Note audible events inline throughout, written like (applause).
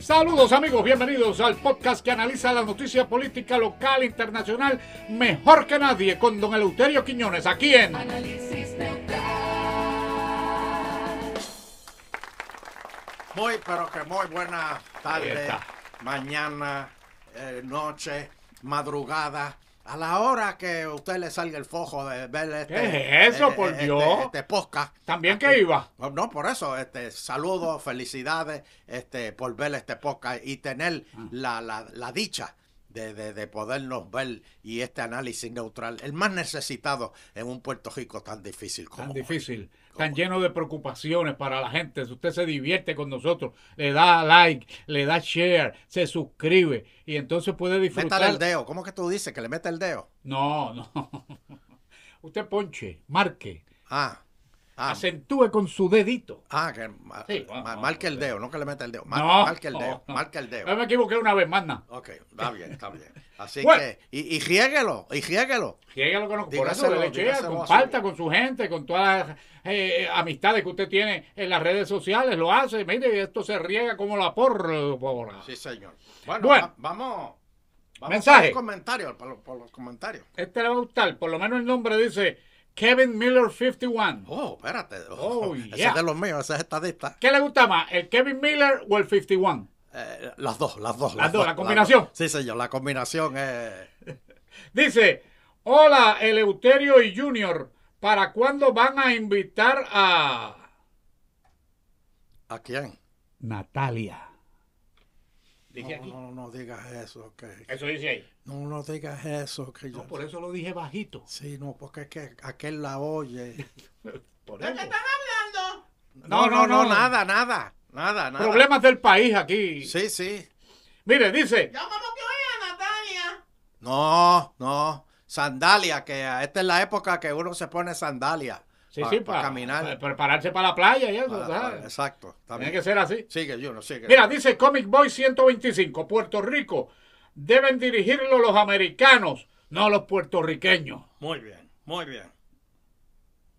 Saludos amigos, bienvenidos al podcast que analiza la noticia política local e internacional mejor que nadie con don Eleuterio Quiñones, aquí en... Muy, pero que muy buena Ahí tarde, está. mañana, eh, noche, madrugada. A la hora que a usted le salga el fojo de ver este... ¿Qué es eso, por este- Dios? Este podcast. También que iba. No, no, por eso, este, saludos, felicidades este, por ver este podcast y tener Mm. la, la- la dicha de, de- de podernos ver y este análisis neutral, el más necesitado en un Puerto Rico tan difícil Tan como hoy. difícil, tan lleno de preocupaciones para la gente. Si usted se divierte con nosotros, le da like, le da share, se suscribe y entonces puede disfrutar. Métale el dedo, ¿cómo que tú dices que le mete el dedo? No, (laughs) no. Usted ponche, marque, Ah, ah, acentúe con su dedito. ah, que ma- pues Sí, ma- bueno, marque el dedo, no que le mete el dedo, mar- no, marque el dedo, no. marque el Yo dedo. me equivoqué una vez, manda. Ok, está bien, está bien. Así Bueno. que, y, y riéguelo, y riéguelo. Llega lo que no- por eso Dígaselo, le lechea, dígaselo a su- comparta con su gente, con todas las eh, amistades que usted tiene en las redes sociales, lo hace, mire, esto se riega como la pólvora. Sí, señor. Bueno, Bueno. va- vamos. Vamos Mensaje. Por los comentarios, por los, por los comentarios. Este le va a gustar, por lo menos el nombre dice Kevin Miller 51. Oh, espérate. Oh, Ese yeah. es de los míos, ese es estadista. ¿Qué le gusta más, el Kevin Miller o el 51? Eh, las dos, las dos. Las dos, la combinación. dos. Sí, señor, la combinación es... Dice, hola Eleuterio y Junior, ¿para cuándo van a invitar a ¿A quién? Natalia? Dije no, aquí. no, no digas eso, que... Eso dice ahí. No, no digas eso, que yo... No, por eso lo dije bajito. Sí, no, porque es que aquel la oye. (laughs) Por eso. hablando? No, no, No, no, no, no. nada, nada, nada, nada. Problemas del país aquí. Sí, sí. Mire, dice, Ya como que oye a Natalia. No, no. Sandalia, que ah, esta es la época que uno se pone sandalia. sí, pa- sí, pa para caminar. prepararse para la playa y eso, Para- ¿sabes? para- exacto. está Tiene bien. que ser así. Sigue, Juno, sigue. Mira, dice Comic Boy 125, Puerto Rico, deben dirigirlo los americanos, no los puertorriqueños. Muy bien, muy bien.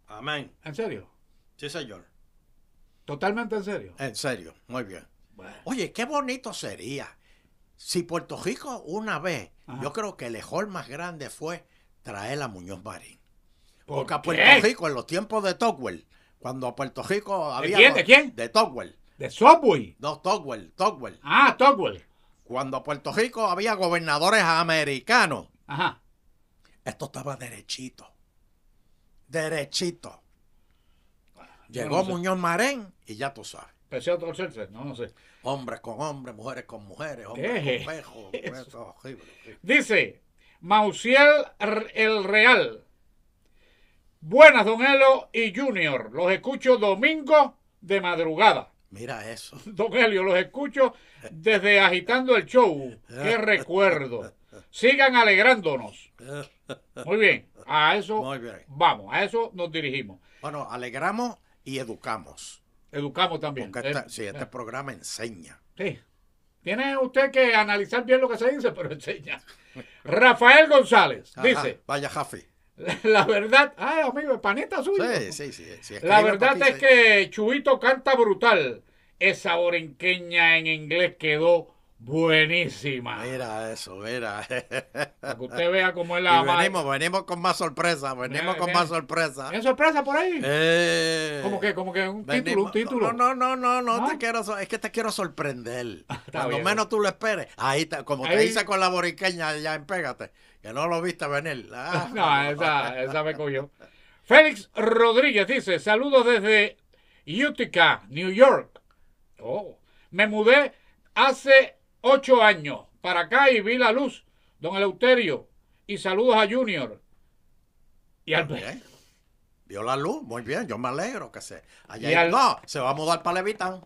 Amén. ¿En serio? Sí, señor. Totalmente en serio. En serio, muy bien. Bueno. Oye, qué bonito sería. Si Puerto Rico una vez, Ajá. yo creo que el error más grande fue traer a Muñoz Marín. ¿Por Porque a qué? Puerto Rico, en los tiempos de Togwell, cuando a Puerto Rico había. quién? los- ¿De quién? De Togwell. De Subway. No, Togwell, Togwell. Ah, Togwell. Cuando a Puerto Rico había gobernadores americanos, Ajá. esto estaba derechito. Derechito. Yo Llegó no sé. Muñoz Marén y ya tú sabes. Empecé a torcerse, no, no sé. Hombres con hombres, mujeres con mujeres, hombres Deje con pejos. Eso es horrible. horrible. Dice, Mausiel R- el Real. Buenas, Don Elo y Junior. Los escucho domingo de madrugada. (laughs) Mira eso. Don Helio, los escucho desde agitando el show. (laughs) Qué recuerdo. Sigan alegrándonos. Muy bien, a eso Muy bien. vamos, a eso nos dirigimos. Bueno, alegramos y educamos. Educamos también. Porque este, Eh, sí, este programa enseña. Sí. Tiene usted que analizar bien lo que se dice, pero (laughs) enseña. Rafael González Ajá, dice, Vaya, Jafi. (laughs) la verdad, ay amigo, el paneta suyo. Sí, sí, sí. sí, La escribe verdad pa' aquí, es sí. que Chuito canta brutal. Esa orenqueña en inglés quedó buenísima. Mira eso, mira. (laughs) Para que usted vea cómo es la Y venimos, venimos con más sorpresa, venimos Mira, con mira. más sorpresa. ¿Tiene sorpresa por ahí? Eh, como que, como que un título, un venimos- título. No, no, no, no, no ¿No? te quiero, so- es que te (laughs) quiero sorprender. Cuando bien. menos tú lo esperes, ahí te- como te Ahí- hice con la boriqueña allá en Pégate, que no lo viste (laughs) venir. Ah, No, esa, esa me cogió. Félix Rodríguez dice, saludos desde Utica, New York. Oh, me mudé hace ocho años para acá y vi la luz, don Eleuterio. Y saludos a Junior. Y al... (laughs) Bien. Vio la luz, muy bien, yo me alegro que se. Allá Y al- no, se va a mudar para Levitán,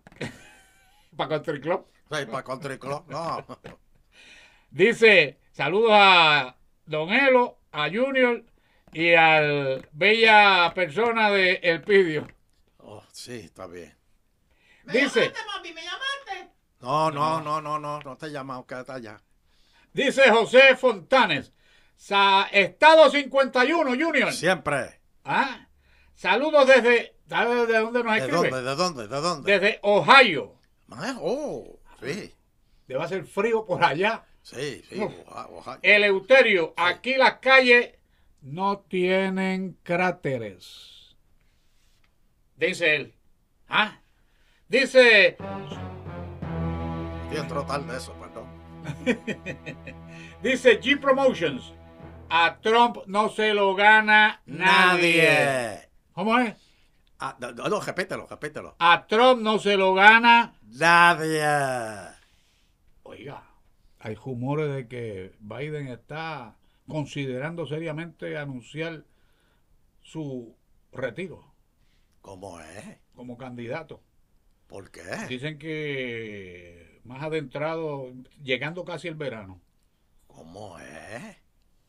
Para Country Club. sí, para (laughs) Country Club, no. Dice, saludos a Don Elo, a Junior y al bella persona de El Pidio. Oh, sí, está bien. Dice, No, no, no, no, no, no te he llamado, quédate allá. dice José Fontanes, sa- Estado 51, Junior. Siempre. Ah, Saludos desde, ¿sabe de dónde nos ¿De escribe? dónde? ¿De dónde? ¿De dónde? Desde Ohio. Más, oh, sí. Debe hacer frío por allá. Sí, sí. Uf. oja- oja- Eleuterio, aquí las calles no tienen cráteres. Dice él. ¿Ah? Dice, Voy a tratar de eso, pues, perdón. dice G Promotions. A Trump no se lo gana nadie. ¿Cómo es? Ah, no, no, no, repítelo, repítelo. A Trump no se lo gana. Nadie. Oiga, hay rumores de que Biden está considerando seriamente anunciar su retiro ¿Cómo es? como candidato. ¿Por qué? Dicen que más adentrado, llegando casi el verano, ¿Cómo es?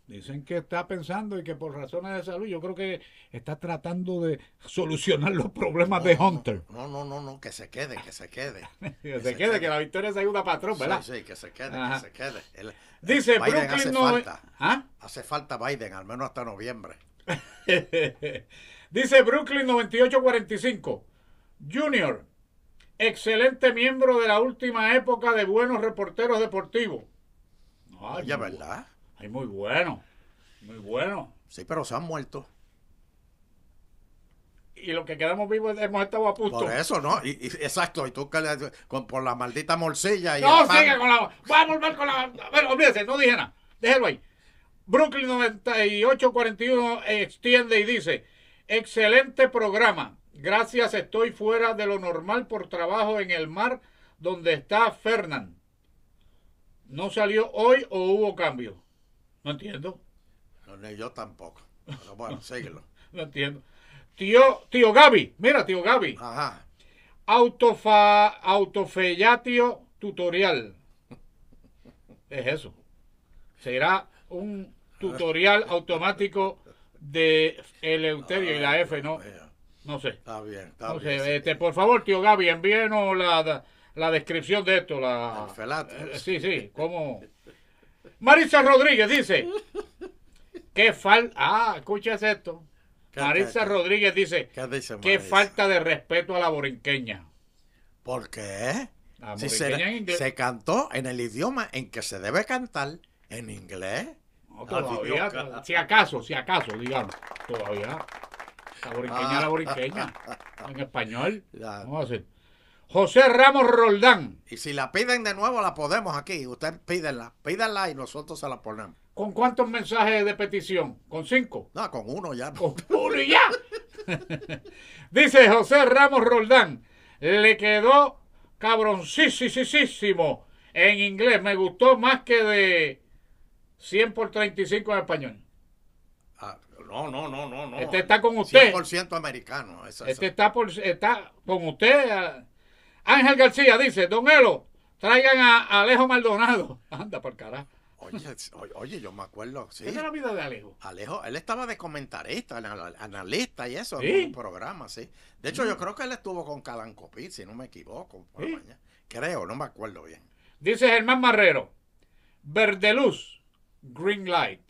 dicen que está pensando y que por razones de salud, yo creo que está tratando de solucionar los problemas de No, no, Hunter. (laughs) No, no, no, no, que se quede, que se quede. Que se quede, que la victoria se ayuda para Trump, ¿verdad? Sí, sí, que se quede, Ajá. que se quede. El- Dice Biden Brooklyn hace Nove- falta. ¿Ah? Hace falta Biden, al menos hasta noviembre. (laughs) Dice Brooklyn 9845. Junior, excelente miembro de la última época de buenos reporteros deportivos. Ay, Oye, muy bu- ¿verdad? Ay, muy bueno. Muy bueno. Sí, pero se han muerto. Y los que quedamos vivos hemos estado a punto. Por eso, ¿no? Y, y- exacto, y tú que le- con, por la maldita morcilla y No, el pan. siga con la. Voy a volver con la. Bueno, olvídese, no dije nada. Déjelo ahí. Brooklyn 9841 extiende y dice: Excelente programa. Gracias, estoy fuera de lo normal por trabajo en el mar donde está Fernán. ¿No salió hoy o hubo cambio? No entiendo, No, ni yo tampoco. Pero bueno, síguelo. no entiendo. Tío, tío Gaby, mira, tío Gaby. Ajá. Autofa, autofellatio tutorial. Es eso. Será un tutorial automático de Eleuterio y la F, ¿no? Mira, No sé. Está bien, está No sé. Ah, bien. sí. Este, por favor, tío Gaby, envíenos la, la descripción de esto. La, El felatio. Eh, Sí, sí, como... Marisa Rodríguez dice... Qué falta... Ah, escuchas esto. ¿Qué- Marisa qué- Rodríguez dice... ¿Qué dice Qué Marisa? falta de respeto a la borinqueña. ¿Por qué? La Si borinqueña en se, inglés. se cantó en el idioma en que se debe cantar, en inglés. No, todavía, Ay, Dios. si acaso, si acaso, digamos, todavía. La borinqueña, la borinqueña. Ah. En español. Ya. Vamos a hacer. José Ramos Roldán. Y si la piden de nuevo, la podemos aquí. Ustedes pídenla, pídanla y nosotros se la ponemos. ¿Con cuántos mensajes de petición? ¿Con cinco? No, con uno ya. Con uno y ya. (laughs) Dice José Ramos Roldán. Le quedó cabroncísimo en inglés. Me gustó más que de 100 por 35 en español. Ah, no, no, no, no, no. Este está con usted. 100% americano. Eso, eso. Este está, por, está con usted. ah. Ángel García dice, Don Elo, traigan a Alejo Maldonado. (laughs) Anda, por carajo. Oye, sí, oye, oye, yo me acuerdo, sí. Esa es la vida de Alejo. Alejo, él estaba de comentarista, anal- analista y eso Sí. Mm. en un programa, sí. De hecho, yo creo que él estuvo con Calancopí, si no me equivoco. por la Sí. mañana. Creo, no me acuerdo bien. Dice Germán Marrero, Verdeluz, Green Light.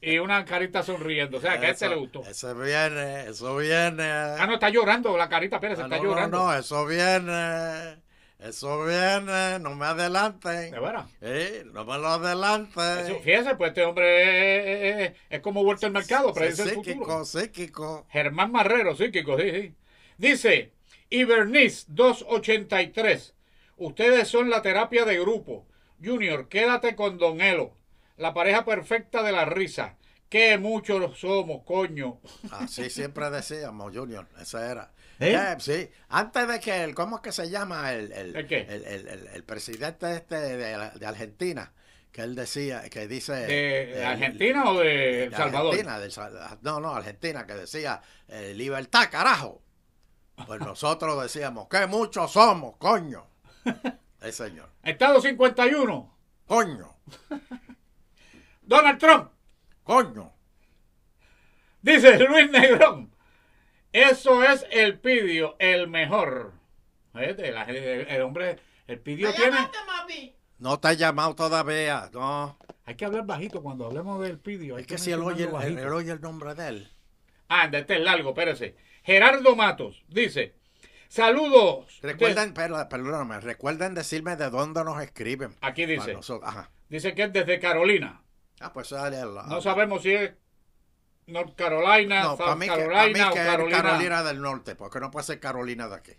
Y una carita sonriendo. O sea, que a este Eso- le gustó. Ese viene, eso viene. Ah, no, está llorando la carita, Pérez, Ah, está no, llorando. No, no, eso viene. Eso viene, no me adelanten. De veras. Eh, no me lo Eso, adelanten. fíjese, pues este hombre es, es- es como vuelta al mercado, predice eh. Sí, el psíquico, futuro. psíquico. Germán Marrero, psíquico, sí, sí. Dice, Iberniz 283, ustedes son la terapia de grupo. Junior, quédate con Don Elo, la pareja perfecta de la risa. Qué muchos somos, coño. Así siempre decíamos, Junior, esa era. ¿Eh? Eh, sí, antes de que el, ¿cómo es que se llama? El, el, ¿El qué? el- el- el- el presidente este de, de Argentina, que él decía, que dice... ¿De eh, Argentina o de El de Salvador? Argentina, del Sal- no, no, Argentina, que decía, eh, libertad, carajo. (laughs) Pues nosotros decíamos, qué muchos somos, coño. El señor, Estado 51, coño, Donald Trump, coño. dice Luis Negrón. Eso es el pidio, el mejor. Este, la- El, el hombre, el pidio tiene... No te ha llamado todavía, no. Hay que hablar bajito cuando hablemos del pidio. hay Es que tener si él hablarlo oye, el- bajito. él oye el nombre de él. Anda, este es largo, espérese. Gerardo Matos dice: Saludos. Recuerden, pero, perdóname, recuerden decirme de dónde nos escriben. Aquí para dice. nosotros. Ajá. Dice que es desde Carolina. Ah, pues dale al- al- No sabemos si es North Carolina, No, para South mí que, para mí Carolina o que es Carolina. Carolina del Norte, porque no puede ser Carolina de aquí.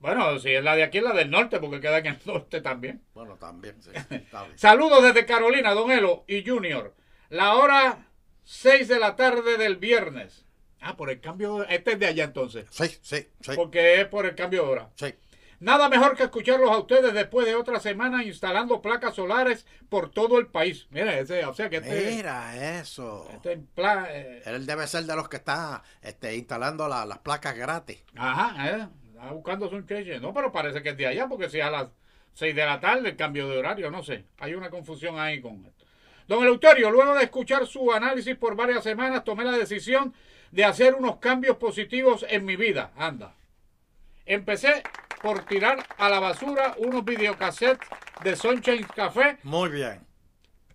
Bueno, si es la de aquí, es la del norte, porque queda en el (laughs) norte también. Bueno, también, (laughs) sí. está bien. Saludos desde Carolina, Don Elo y Junior. La hora 6 de la tarde del viernes. Ah, por el cambio. Este es de allá entonces. Sí, sí, sí, Porque es por el cambio de hora. sí. Nada mejor que escucharlos a ustedes después de otra semana instalando placas solares por todo el país. Mira, ese, o sea que este, Mira eso. este pla- eh, Él debe ser de los que está este, instalando la- las placas gratis. ajá, eh, está buscando un cheche. No, pero parece que es de allá, porque si a las 6 de la tarde el cambio de horario, no sé. Hay una confusión ahí con esto. Don Eleuterio, luego de escuchar su análisis por varias semanas, tomé la decisión de hacer unos cambios positivos en mi vida. Anda. Empecé por tirar a la basura unos videocassettes de Sunshine Café Muy bien,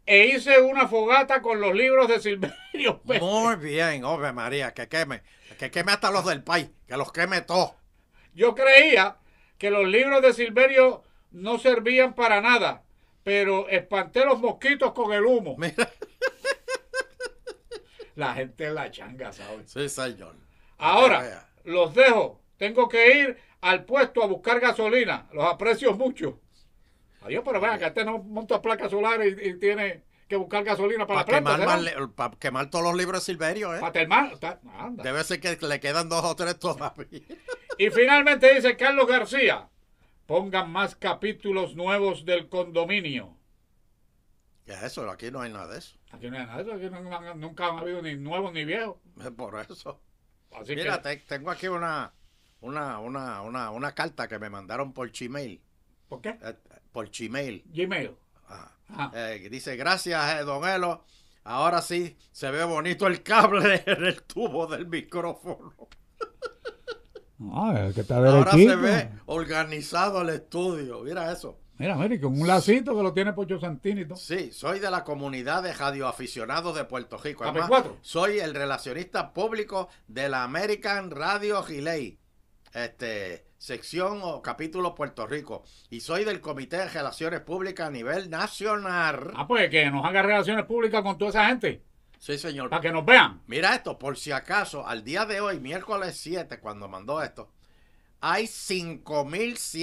e hice una fogata con los libros de (laughs) Silverio Pérez. muy bien, hombre María, que queme, que queme hasta los del país, que los queme todos. Yo creía que los libros de Silverio no servían para nada, pero espanté los mosquitos con el humo. Mira. (laughs) La gente es la changa, ¿sabes? Sí, señor. Ahora, los dejo. Tengo que ir al puesto a buscar gasolina. Los aprecio mucho. Adiós, pero vean que este no monta placas solares y, y tiene que buscar gasolina para, Para la planta. quemar, ¿será? más li- pa' quemar todos los libros de Silverio, ¿eh? Para terminar, está- anda. Debe ser que le quedan dos o tres todavía. Y finalmente dice Carlos García, pongan más capítulos nuevos del condominio. ¿Qué es eso? Aquí no hay nada de eso. Aquí no hay nada, aquí no- no- nunca han habido ni nuevos ni viejos. Es por eso. Así Mira, que, te- tengo aquí una, una, una, una, una carta que me mandaron por Gmail. ¿por qué? eh, por Gmail. Gmail. Ah. Ajá. Ajá. Eh, dice, gracias, eh, don Elo. Ahora sí se ve bonito el cable (laughs) en el tubo del micrófono. Ah, que está Ahora se ve organizado el estudio. Mira eso. Mira, mira, y con un lacito que lo tiene Pocho Santini. y todo. Sí, soy de la comunidad de radioaficionados de Puerto Rico. Papi Además, Cuatro. soy el relacionista público de la American Radio Relay, este, sección o capítulo Puerto Rico. Y soy del Comité de Relaciones Públicas a nivel nacional. Ah, pues que nos haga relaciones públicas con toda esa gente, Sí, señor. para que nos vean. Mira esto, por si acaso, al día de hoy, miércoles 7, cuando mandó esto, hay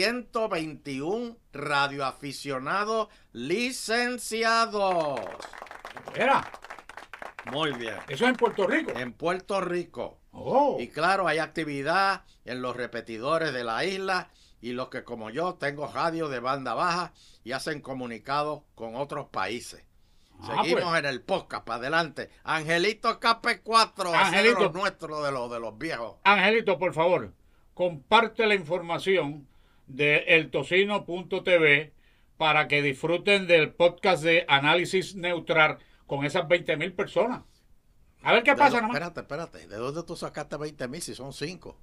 5.121 radioaficionados licenciados. Mira, Muy bien. eso es en Puerto Rico. En Puerto Rico. Oh, Eh, Y claro, hay actividad en los repetidores de la isla y los que como yo tengo radio de banda baja y hacen comunicados con otros países. Ah, Seguimos pues. en el podcast, para adelante. Angelito KP4, Angelito. Angelito. nuestro de los, de los viejos. Angelito, por favor, comparte la información de eltocino.tv para que disfruten del podcast de Análisis Neutral con esas 20 mil personas. A ver qué De pasa, lo- nomás. espérate, espérate. ¿De dónde tú sacaste 20 mil si son 5?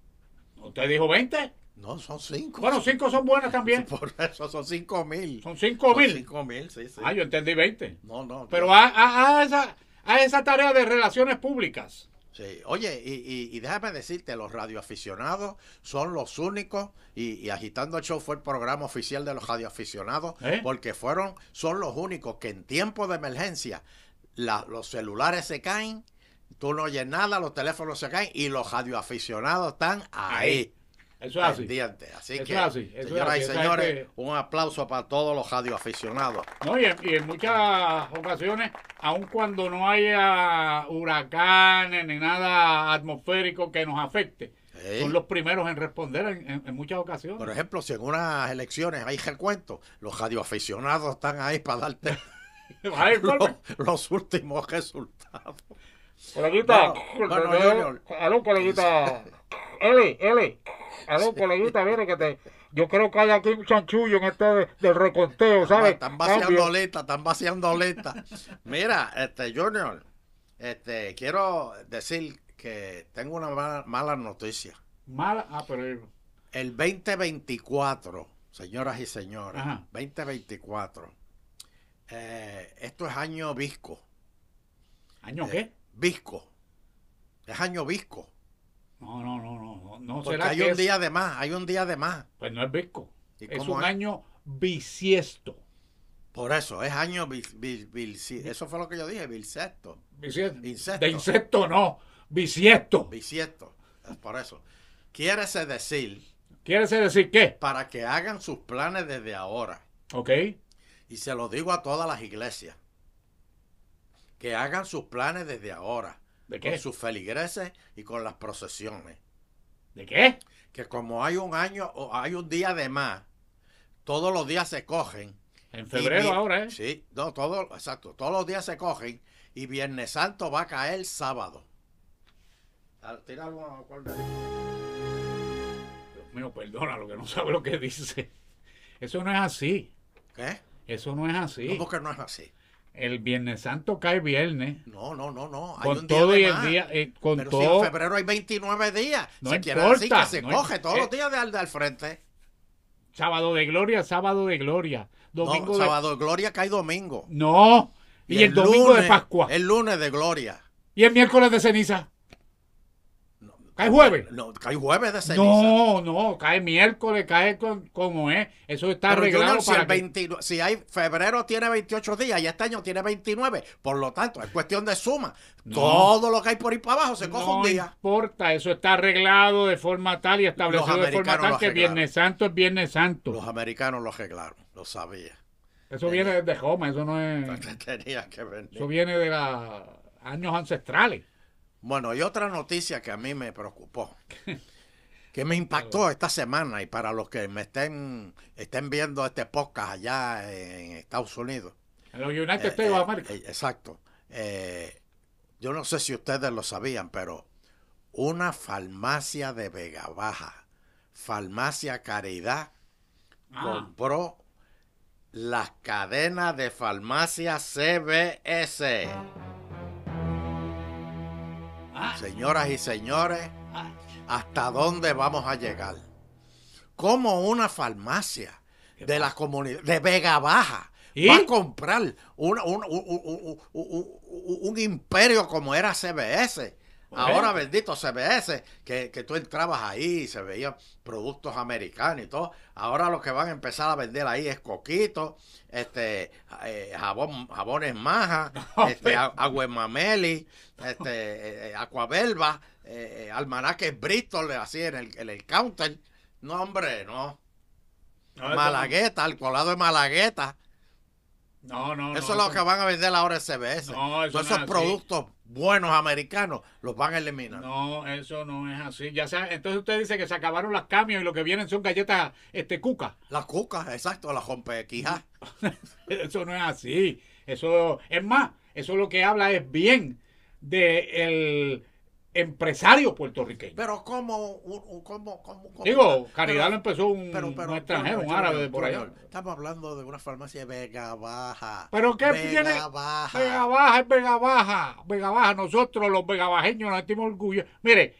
¿Usted dijo 20? No, son 5. Bueno, (laughs) 5 son buenas también. Por eso son 5 mil. Son 5 Son mil. cinco mil, sí, sí. Ah, yo entendí 20. No, no. Pero a, a- a esa, a esa tarea de relaciones públicas. Sí, oye, y, y- y déjame decirte, los radioaficionados son los únicos, y, y Agitando el Show fue el programa oficial de los radioaficionados, ¿Eh? porque fueron, son los únicos que en tiempo de emergencia la- los celulares se caen, tú no oyes nada, los teléfonos se caen, y los radioaficionados están ahí, Eso es así. pendientes. Así Eso que, es así, eso es señoras así, y esa señores, gente- un aplauso para todos los radioaficionados. No, y, en, y en muchas ocasiones, aun cuando no haya huracanes ni nada atmosférico que nos afecte, Sí. son los primeros en responder en, en- en muchas ocasiones. Por ejemplo, si en unas elecciones hay recuento, los radioaficionados están ahí para darte (laughs) Ay, los, (laughs) disculpe. los últimos resultados. Coleguita. Bueno, bueno, aló, Junior. Aló, coleguita. Eli, Eli. Aló, coleguita, mire que te... Yo creo que hay aquí un chanchullo en este de- del reconteo, ¿sabes? Están vaciando Cambio. letas, están vaciando letas. Mira, este Junior, este quiero decir que tengo una mala, mala noticia. Mala... Ah, pero... El 2024, señoras y señores, Ajá. 2024. eh, esto es año visco. ¿Año Eh, qué? Visco. Es año visco. No, no, no, no. no Porque será hay que un es- día de más, hay un día de más. Pues no es bisco. ¿Y Es cómo un es? año bisiesto. Por eso, es año bis- bis- bis- Eso fue lo que yo dije, bisiesto. Bisiesto. Insecto. De insecto no. Bisiesto. Bisiesto. Es por eso. Quiérese decir, ¿Quiere eso decir qué? para que hagan sus planes desde ahora, ¿Ok? y se lo digo a todas las iglesias, que hagan sus planes desde ahora, ¿De con qué? sus feligreses y con las procesiones. ¿De qué? Que como hay un año o hay un día de más, todos los días se cogen En Y febrero vi- ahora, ¿eh? Sí, no, todo, exacto. Todos los días se cogen y Viernes Santo va a caer sábado. Al- Tira alguna cuerda ahí. Dios mío, perdona lo que no sabe lo que dice. Eso no es así. ¿Qué? Eso no es así. ¿Cómo que no es así? El Viernes Santo cae viernes. No, no, no, no. Hay Con un todo día y de el más. día. eh, con Pero si en todo. febrero hay 29 días, No se quiere decir importa, que se no coge im- todos eh. los días de al, de al frente. Sábado de gloria, sábado de gloria. Domingo no, de. sábado de gloria cae domingo. No. Y, el, domingo de lunes- Pascua. El lunes de gloria. Y el miércoles de ceniza. No, ¿Cae jueves? No, cae jueves de ceniza. No, no, cae miércoles, cae con, como es. Eso está Pero arreglado Junior, si, para el que- 29 si hay febrero tiene 28 días y este año tiene 29, por lo tanto, es cuestión de suma. No. Todo lo que hay por ahí para abajo se coge no un día. importa, eso está arreglado de forma tal y establecido de forma americanos tal lo que arreglaron. Viernes Santo es Viernes Santo. Los americanos lo arreglaron, lo sabía. Eso viene desde Roma, eso no Pues, es. (laughs) eh, Tenía que Eso venir. viene de los años ancestrales. Bueno, y otra noticia que a mí me preocupó, que me impactó esta semana y para los que me estén, estén viendo este podcast allá en Estados Unidos. En los United Eh, States of eh, America. eh, exacto. Eh, yo no sé si ustedes lo sabían, pero una farmacia de Vega Baja, farmacia Caridad, Ah, compró las cadenas de farmacia CBS. ah, Señoras y señores, ah. ¿hasta dónde vamos a llegar? ¿Cómo una farmacia de la comunidad de Vega Baja ¿Y? va a comprar una- un, un- un- un- un- un- un imperio como era CBS? Ahora, Correcto. bendito CBS, que, que tú entrabas ahí y se veían productos americanos y todo. Ahora lo que van a empezar a vender ahí es coquito, este, eh, jabón, (laughs) jabones maja, este, a- agua en mameli, este, eh, eh, acuabelva, eh, eh, almanaques Bristol, así en el, en el counter. No, hombre, no. No, eso- Malagueta, el colado de Malagueta. No, no, no. eso es lo que van a vender ahora en CBS. No, eso Todos no esos es así. productos buenos americanos los van a eliminar. No, eso no es así. Ya sabe- entonces usted dice que se acabaron las cambios y lo que vienen son galletas este cuca. Las cucas, exacto, las rompequijas. (laughs) Eso no es así. Eso es más, eso lo que habla es bien del empresario puertorriqueño. Pero como, un- un- como, como, como- Digo, pero- Caridad lo empezó un, pero- pero, un extranjero, un Junior, árabe de por Junior, allá. Estamos hablando de una farmacia de Vega Baja. Pero qué Vega tiene- Baja. Vega Baja es Vega Baja, Vega Baja. Nosotros los vegabajeños nos sentimos orgullosos. Mire,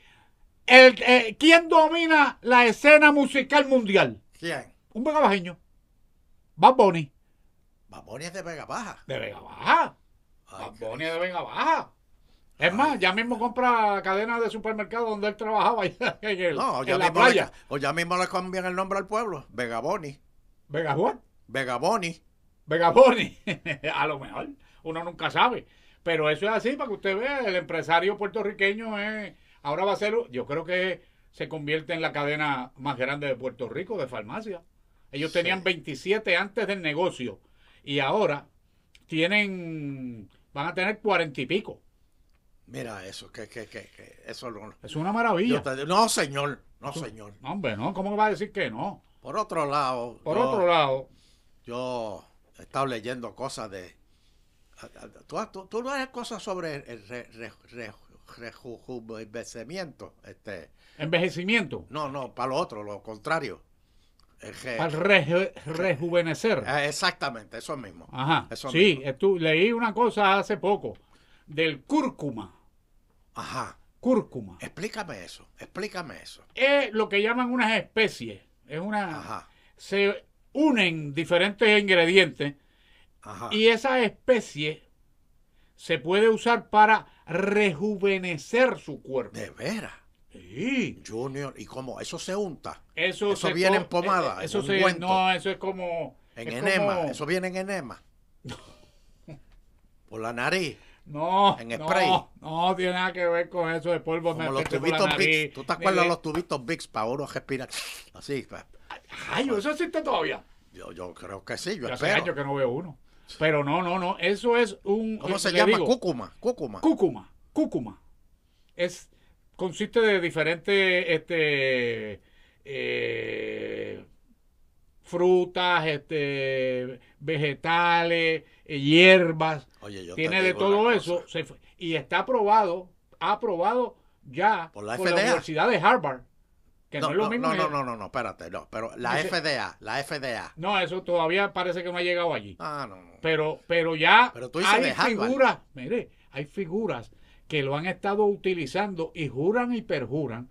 el, eh, ¿quién domina la escena musical mundial? ¿Quién? Un vegabajeño. Bad Bunny. Baboni es de Vega Baja. De Vega Baja. Ay, Bad Bunny es de Vega Baja. Es más, ya mismo compra cadenas de supermercado donde él trabajaba allá (laughs) en, el- No, en ya la mismo, le, playa. o ya mismo le cambian el nombre al pueblo. Vegaboni. Vega Juan, Vegaboni. Vega Bunny. (laughs) A lo mejor, uno nunca sabe. Pero eso es así para que usted vea, el empresario puertorriqueño es, ahora va a ser, yo creo que se convierte en la cadena más grande de Puerto Rico de farmacia. Ellos Sí. tenían 27 antes del negocio y ahora tienen, van a tener 40 y pico. Mira eso, que, que, que, que eso no. Es una maravilla. yo te digo- no, señor. No, señor. No, hombre, no, ¿cómo va a decir que no? Por otro lado. Por yo- otro lado, yo he estado leyendo cosas de... ¿Tú, tú, tú lees cosas sobre el re- re- re- rejuvenecimiento? Este, envejecimiento, no, no, para lo otro, lo contrario. El re- para reju- rejuvenecer. eh, exactamente, eso mismo. Ajá. Eso sí, mismo. estu- leí una cosa hace poco del cúrcuma. Ajá, Cúrcuma. explícame eso, explícame eso. Es lo que llaman unas especies. Es una. Ajá, Se unen diferentes ingredientes ajá. y esa especie se puede usar para rejuvenecer su cuerpo. De veras. Sí. Junior, ¿y cómo? Eso se unta. Eso, Eso se viene co- en pomada, eh, eh, en Eso se- ungüento. no, eso es como. En es enema. como- Eso viene en enema. Por la nariz. No, en no, spray. no tiene nada que ver con eso de polvo. Como me los metí por la tubitos nariz, Vicks. ¿Tú te acuerdas ni- los tubitos Vicks para uno respirar? Así. pa- Ay, eso existe todavía. Yo, yo creo que sí, yo Yo hace años espero. que no veo uno. Pero no, no, no. Eso es un. ¿Cómo eh, se le llama? digo, Cúcuma. Cúcuma. Cúcuma. Cúcuma. Es, consiste de diferentes este, eh, frutas, este, vegetales, eh, hierbas. Oye, yo te tiene de digo todo una eso. cosa. se fue- y está aprobado, aprobado ya Por la la FDA. Universidad de Harvard. Que no, No, es lo no, mismo. no, que- no, no, no, no, espérate, no, pero la Dice- FDA, la FDA. No, eso todavía parece que no ha llegado allí. Ah, no, no. pero pero ya Pero tú dices hay de Harvard. figuras, mire, hay figuras que lo han estado utilizando y juran y perjuran,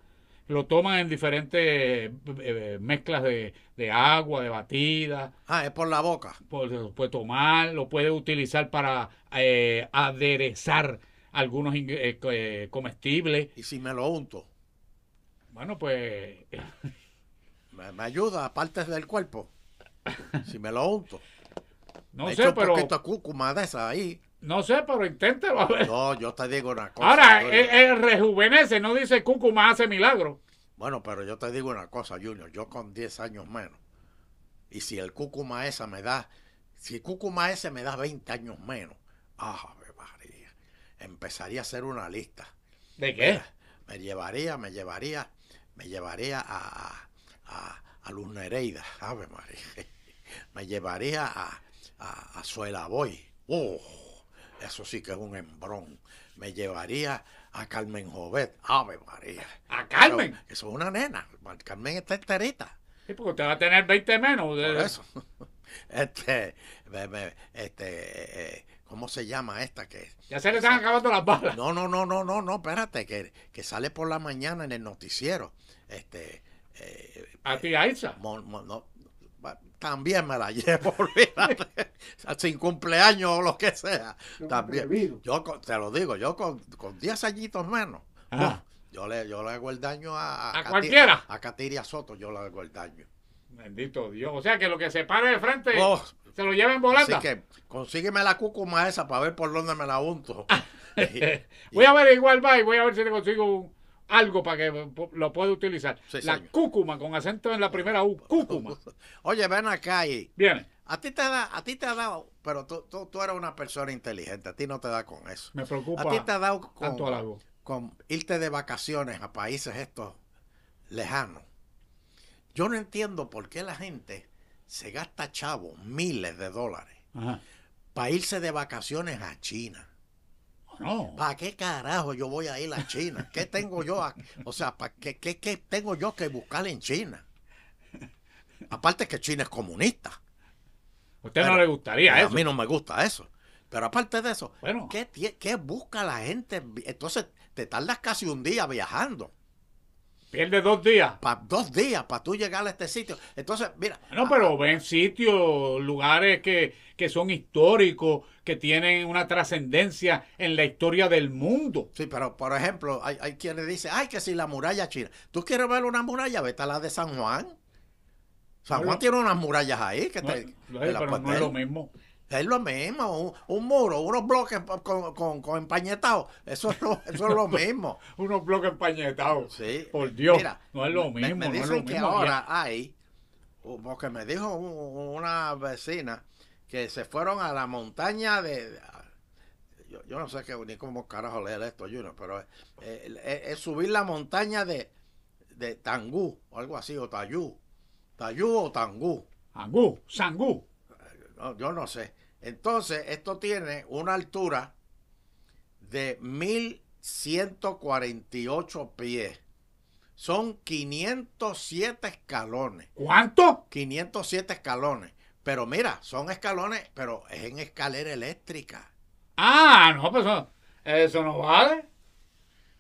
lo toman en diferentes eh, eh, mezclas de, de agua, de batida, Ah, es por la boca. pues, lo puede tomar, lo puede utilizar para eh, aderezar algunos ing- eh, co- eh, comestibles. Y si me lo unto, Bueno, pues me, me ayuda a partes del cuerpo. Si me lo unto. (laughs) no me sé, echo un pero poquito de cúcuma de esa ahí. no sé, pero inténtelo a ver. No, yo te digo una cosa. Ahora, Junior. eh, eh, rejuvenece, no dice cúcuma hace milagro. Bueno, pero yo te digo una cosa, Junior. Yo con 10 años menos. Y si el cúcuma esa me da. Si el cúcuma ese me da 20 años menos. Ah, Ave María. Empezaría a hacer una lista. ¿De qué? Me llevaría, me llevaría, me llevaría a, a, a, a Luz Nereida, Ave María. (laughs) Me llevaría a, a, a Suela Boy. Oh, eso sí que es un embrón. Me llevaría a Carmen Jovet, Ave María. A Carmen. Pero Eso es una nena. Carmen está enterita. Sí, porque usted va a tener 20 menos. Eh, Por De- eso. (laughs) Este, me- me- este, eh, ¿cómo se llama esta que es? Ya se le están acabando las balas. No, no, no, no, no, no, espérate, que, que sale por la mañana en el noticiero. Este, eh, A ti, Aiza. mo- mo- no, va- también me la (laughs) llevo, olvídate. (laughs) Sin cumpleaños o lo que sea. También. Yo con- te lo digo, yo con, con 10 añitos menos. Ajá. no, yo, le, yo le hago el daño a, ¿A Cati- cualquiera? A Katiria Soto, yo le hago el daño. Bendito Dios. O sea, que lo que se pare de frente Oh, se lo lleven así volando. que consígueme la cúcuma esa para ver por dónde me la unto. voy a ver igual va y voy a ver si le consigo un- algo para que po- lo pueda utilizar. Sí, la señor. cúcuma, con acento en la primera U. (laughs) Cúcuma. (laughs) Oye, ven acá y Viene. A ti te da, a ti te ha dado, pero tú, tú, tú eres una persona inteligente, a ti no te da con eso. Me A preocupa ti te ha dado con, tanto halago. con irte de vacaciones a países estos lejanos. Yo no entiendo por qué la gente se gasta chavo miles de dólares Ajá. para irse de vacaciones a China. No. ¿Para qué carajo yo voy a ir a China? ¿Qué tengo yo? a- o sea, ¿para qué, qué- qué tengo yo que buscar en China? Aparte que China es comunista. A usted no Pero- le gustaría A eso. mí no me gusta eso. Pero aparte de eso, Bueno. ¿qué, tie- qué busca la gente? Entonces te tardas casi un día viajando. Pierde dos días. Pa- dos días para tú llegar a este sitio. Entonces, mira. No, pero ven sitios, lugares que, que son históricos, que tienen una trascendencia en la historia del mundo. ah, Sí, pero por ejemplo, hay, hay quienes dicen, ay, que si la muralla china. ¿Tú quieres ver una muralla? Vete a la de San Juan. San Bueno. Juan tiene unas murallas ahí que No, te, no, te la pero puedes no es ver. lo mismo. Es lo mismo, un, un muro, unos bloques con, con, con empañetados. Eso (laughs) es lo, eso es lo mismo. Unos bloques empañetados. Sí. eh, Por Dios. Mira, no es lo me- mismo. Me, no dicen es lo que mismo. ahora hay, o- porque me dijo u- una vecina que se fueron a la montaña de. Yo, yo no sé qué, ni cómo carajo leer esto, Junior, pero eh, eh, es, subir la montaña de, de Tangú, o algo así, o Tayú. Tayú o Tangú. Angú, Sangú. No, yo no sé. Entonces, esto tiene una altura de 1148 pies. Son 507 escalones. ¿Cuánto? 507 escalones. Pero mira, son escalones, pero es en escalera eléctrica. Ah, no, pues eso, eso no vale.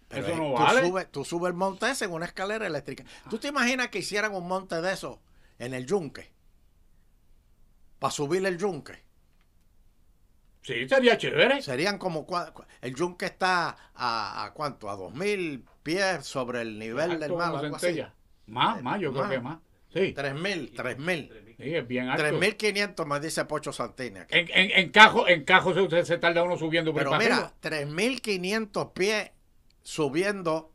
Pero Eso es- no tú, vale. subes, tú subes el monte ese en una escalera eléctrica. ¿Tú te imaginas que hicieran un monte de esos en el yunque? Para subir el yunque. Sí, estaría chévere. Serían como. cua- cua- El yunque está a, a cuánto? A 2000 pies sobre el nivel Alto del mar. como algo así. centella. Más, Eh, más, yo creo más. que más. Sí, 3000, 3000. sí, es bien alto. 3500 me dice Pocho Santini. aquí. En, en, en cajo, en cajo se, usted se tarda uno subiendo por Pero el mira, 3500 pies subiendo,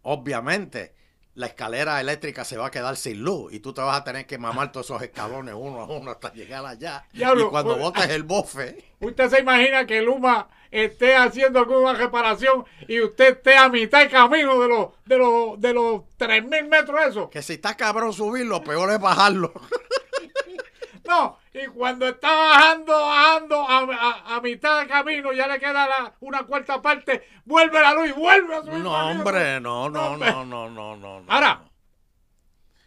obviamente. La escalera eléctrica se va a quedar sin luz y tú te vas a tener que mamar todos esos escalones uno a uno hasta llegar allá. Diablo, y cuando pues- botes el bofe, Usted se imagina que Luma esté haciendo alguna reparación y usted esté a mitad de camino de los de los de los 3000 metros eso. que si está cabrón subirlo, peor es bajarlo. (laughs) No, y cuando está bajando, bajando a, a- a mitad de camino, ya le queda la- una cuarta parte, vuelve la luz y vuelve a subir. para No, arriba. hombre, no, no, hombre. no, no, no, no. no. pues. Ahora,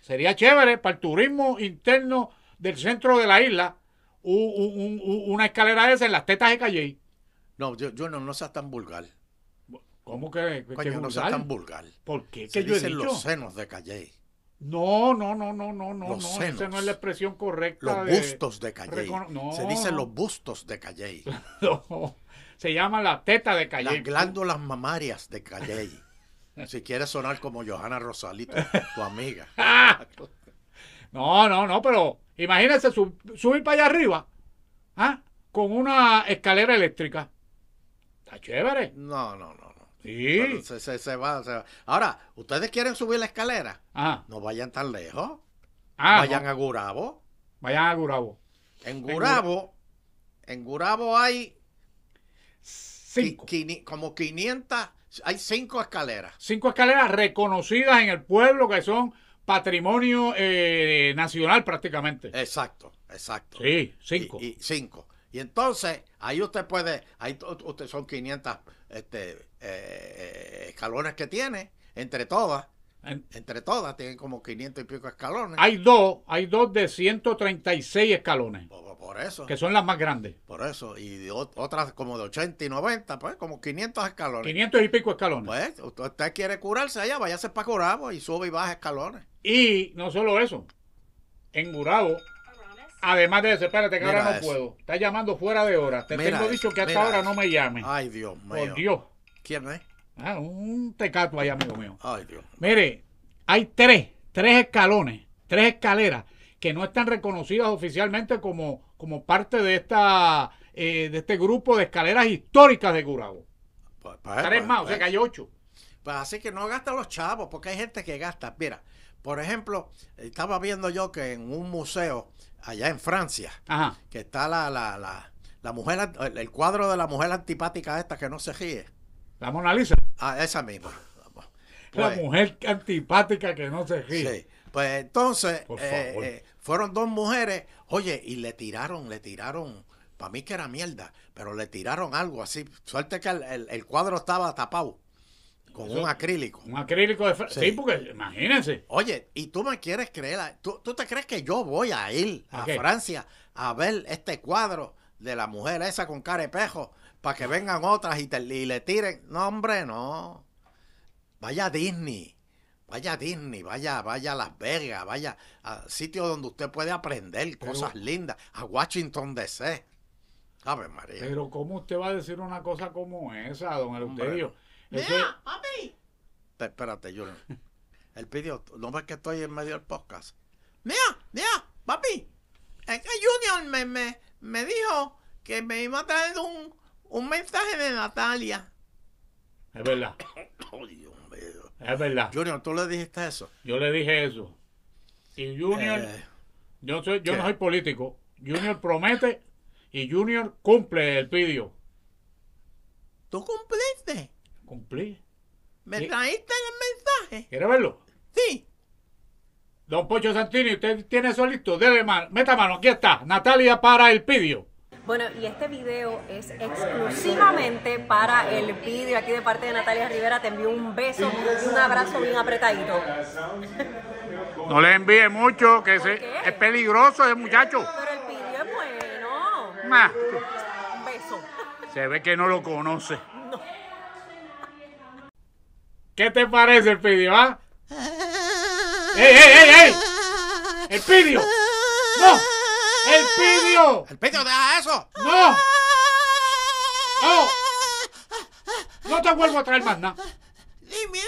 sería chévere para el turismo interno del centro de la isla u- u- un- u- una escalera de esa en las tetas de Calle. No, yo, yo no, no seas tan vulgar. ¿Cómo que, que Coño, no seas vulgar? tan vulgar. ¿Por qué? Se ¿Qué yo he dicen dicho? los senos de Calle, No, no, no, no, no, no, Los no. Esa no senos. es la expresión correcta. los de- bustos de Calle. recono- no. Se dicen los bustos de Calle, (laughs) No, se llama la teta de Calle. las glándulas mamarias de Calle. (laughs) Si quieres sonar como Johanna Rosalito, tu amiga. ¡Ah! (laughs) No, no, no, pero imagínense subir para allá arriba ¿ah? con una escalera eléctrica. Está chévere. No, no, no, no. Sí. Pero Se, se- se va, se va. Ahora, ¿ustedes quieren subir la escalera? Ajá. No vayan tan lejos. Ah, no, vayan a Gurabo. vayan a Gurabo. En Gura- Gurabo, en Gurabo hay Cinco. qui- quini- como 500, hay cinco escaleras. Cinco escaleras reconocidas en el pueblo que son patrimonio eh, nacional prácticamente. Exacto, exacto. Sí, cinco. Eh, Y, y cinco. Y entonces, ahí usted puede, ahí t- usted son 500 este, eh, eh, escalones que tiene, entre todas, En- entre todas tienen como 500 y pico escalones. Hay dos, hay dos de 136 escalones, Por, por- por eso, que son las más grandes. por eso. Y de ot- otras como de 80 y 90, pues como 500 escalones. 500 y pico escalones. Pues, usted, usted quiere curarse allá, váyase para Corabo y sube y baja escalones. Y no solo eso, en Gurabo, además de eso, espérate que Mira ahora no eso. puedo. Está llamando fuera de hora. Te Mira tengo eso, dicho que hasta mira ahora eso. no me llames. Ay, Dios mío. Por Dios. ¿Quién es? Ah, un tecato ahí, amigo mío. Ay, Dios. Mire, hay tres, tres escalones, tres escaleras que no están reconocidas oficialmente como, como parte de esta eh, de este grupo de escaleras históricas de Gurabo. Pues, pues, Tres pues, más, o pues, sea que hay ocho. pues, así que no gasta los chavos, porque hay gente que gasta. Mira, por ejemplo, estaba viendo yo que en un museo allá en Francia, Ajá. que está la, la, la, la mujer, ant- el, el cuadro de la mujer antipática esta que no se ríe. La Mona Lisa. Ah, esa misma. La Pues, mujer antipática que no se ríe. Sí. Pues entonces, Por eh, favor. eh, fueron dos mujeres, oye, y le tiraron, le tiraron, para mí que era mierda, pero le tiraron algo así. Suerte que el, el- el cuadro estaba tapado con Eso- un acrílico. Un acrílico de fra- Sí. sí. porque imagínense. Oye, y tú me quieres creer, a- ¿tú, tú te crees que yo voy a ir ¿A a qué? Francia a ver este cuadro de la mujer esa con carepejo para que vengan otras y, te- y le tiren? No, hombre, no. Vaya a Disney, vaya a Disney, vaya, vaya a Las Vegas, vaya a sitios donde usted puede aprender Pero- cosas lindas, a Washington DC. ¿Sabes, María? Pero ¿cómo usted va a decir una cosa como esa, don Hombre. Eleuterio? Eso es- Pe- Espérate, (laughs) Junior. Él pidió, no ves que estoy en medio del podcast. Mira, mira, papi. Es que Junior me, me, me dijo que me iba a traer un, un mensaje de Natalia. es verdad, (coughs) Ay, Dios mío. es verdad. Junior, tú le dijiste eso. Yo le dije eso. Y Junior, Eh, yo, soy, yo ¿qué? no soy político. Junior promete y Junior cumple el pidio. tú cumpliste. Cumplí. Me Sí. traíste el mensaje. ¿Quiere verlo? Sí. Don Pocho Santini, usted tiene eso listo. Dele mano. Meta mano, aquí está. Natalia para el pidio. Bueno, y este video es exclusivamente para el vídeo aquí de parte de Natalia Rivera. Te envío un beso, un abrazo bien apretadito. No le envíe mucho, que se- qué? es peligroso ese muchacho. Pero el vídeo es bueno. Un beso. Se ve que no lo conoce. ¿Qué te parece el pidio, ah? ¡Ey, ey, ey, ey! ¡El pidio! ¡No! ¡El pidio! El Pedro, deja eso. ¡No! ¡Oh! No te vuelvo a traer más nada. Y mira,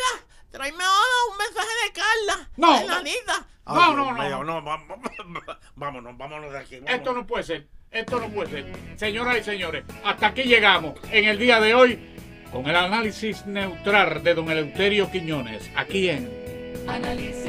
tráeme ahora un mensaje de Carla. No. De Nanita. No, Ay, no, Dios no. mío, no, va- va- (laughs) vámonos, vámonos de aquí. vámonos. Esto no puede ser. Esto no puede ser. Señoras y señores, hasta aquí llegamos en el día de hoy con el análisis neutral de don Eleuterio Quiñones, aquí en Análisis